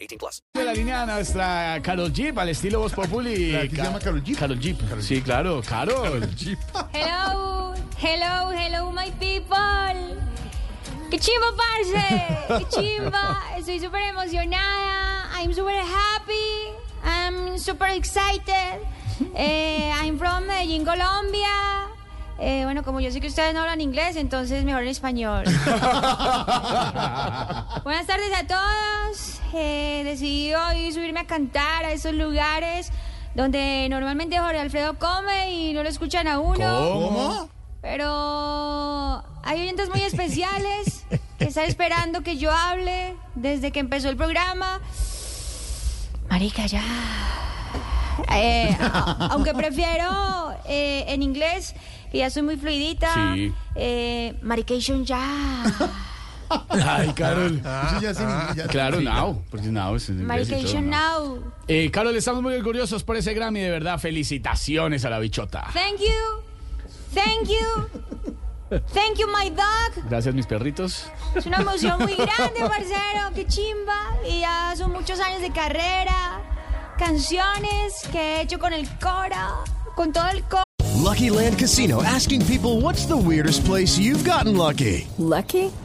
18 plus. De la línea a nuestra Carol Jeep, al estilo Voz Populi. Aquí se llama Karol G. Carol Jeep. Sí, claro, Carol. Hello, hello, hello, my people. ¡Qué chimba, parce! ¡Qué chimba! Estoy súper emocionada. I'm super happy. I'm super excited. Eh, I'm from Medellín, Colombia. Eh, bueno, como yo sé que ustedes no hablan inglés, entonces mejor en español. Buenas tardes a todos. Eh, decidí hoy subirme a cantar a esos lugares donde normalmente Jorge Alfredo come y no lo escuchan a uno. ¿Cómo? Pero hay oyentes muy especiales que están esperando que yo hable desde que empezó el programa. Marica, ya. Eh, a- aunque prefiero eh, en inglés, que ya soy muy fluidita. Sí. Eh, marication ya. Ay, Carol. Eso ya es en inglés, ya- Claro, sí. now. Porque now es en inglés y todo, Marication ¿no? now. Eh, Carol, estamos muy orgullosos por ese Grammy, de verdad. Felicitaciones a la bichota. Thank you. Thank you. Thank you, my dog. Gracias, mis perritos. Es una emoción muy grande, parcero. Qué chimba. Y ya son muchos años de carrera. Canciones que he hecho con el cora. Con todo el cora. Lucky Land Casino asking people what's the weirdest place you've gotten lucky? Lucky?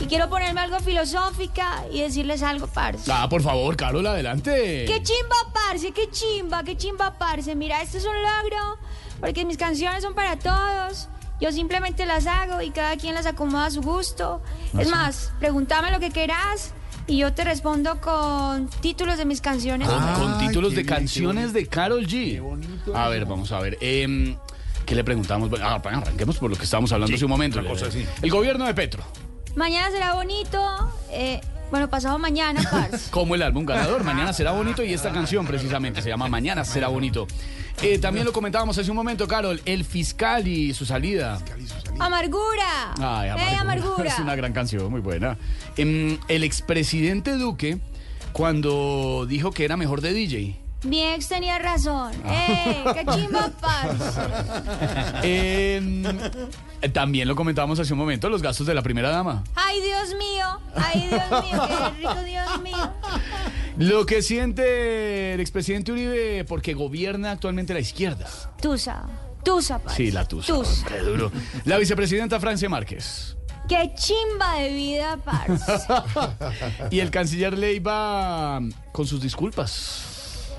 Y quiero ponerme algo filosófica y decirles algo, parce. Ah, por favor, Carol, adelante. ¡Qué chimba, parce! ¡Qué chimba! ¡Qué chimba, parce! Mira, esto es un logro, porque mis canciones son para todos. Yo simplemente las hago y cada quien las acomoda a su gusto. es más, pregúntame lo que querás y yo te respondo con títulos de mis canciones. Con, Ah, con Ay, títulos qué de bien, qué canciones de Carol G. a ver, vamos a ver. em, ¿Qué le preguntamos? Bueno, ah, arranquemos por lo que estábamos hablando hace un momento. El gobierno de Petro. Mañana será bonito. eh, bueno, pasado mañana, parce. como el álbum ganador. Mañana será bonito y esta canción precisamente se llama Mañana será bonito. Eh, también lo comentábamos hace un momento, Carol, el fiscal y su salida. ¡Amargura! Ay, Ey, amargura! Es una gran canción, muy buena. Em, el expresidente Duque, cuando dijo que era mejor de DJ, Mi ex tenía razón. Ah. ¡Eh! ¡Qué chimba, parce! em, también lo comentábamos hace un momento, los gastos de la primera dama. ¡Ay, Dios mío! ¡Ay, Dios mío! ¡Qué rico, Dios mío! Lo que siente el expresidente Uribe porque gobierna actualmente la izquierda. Tusa. Tusa, parce. Sí, la tusa. Tusa. hombre, duro. La vicepresidenta Francia Márquez. Qué chimba de vida, parce. Y el canciller Leiva mm, con sus disculpas.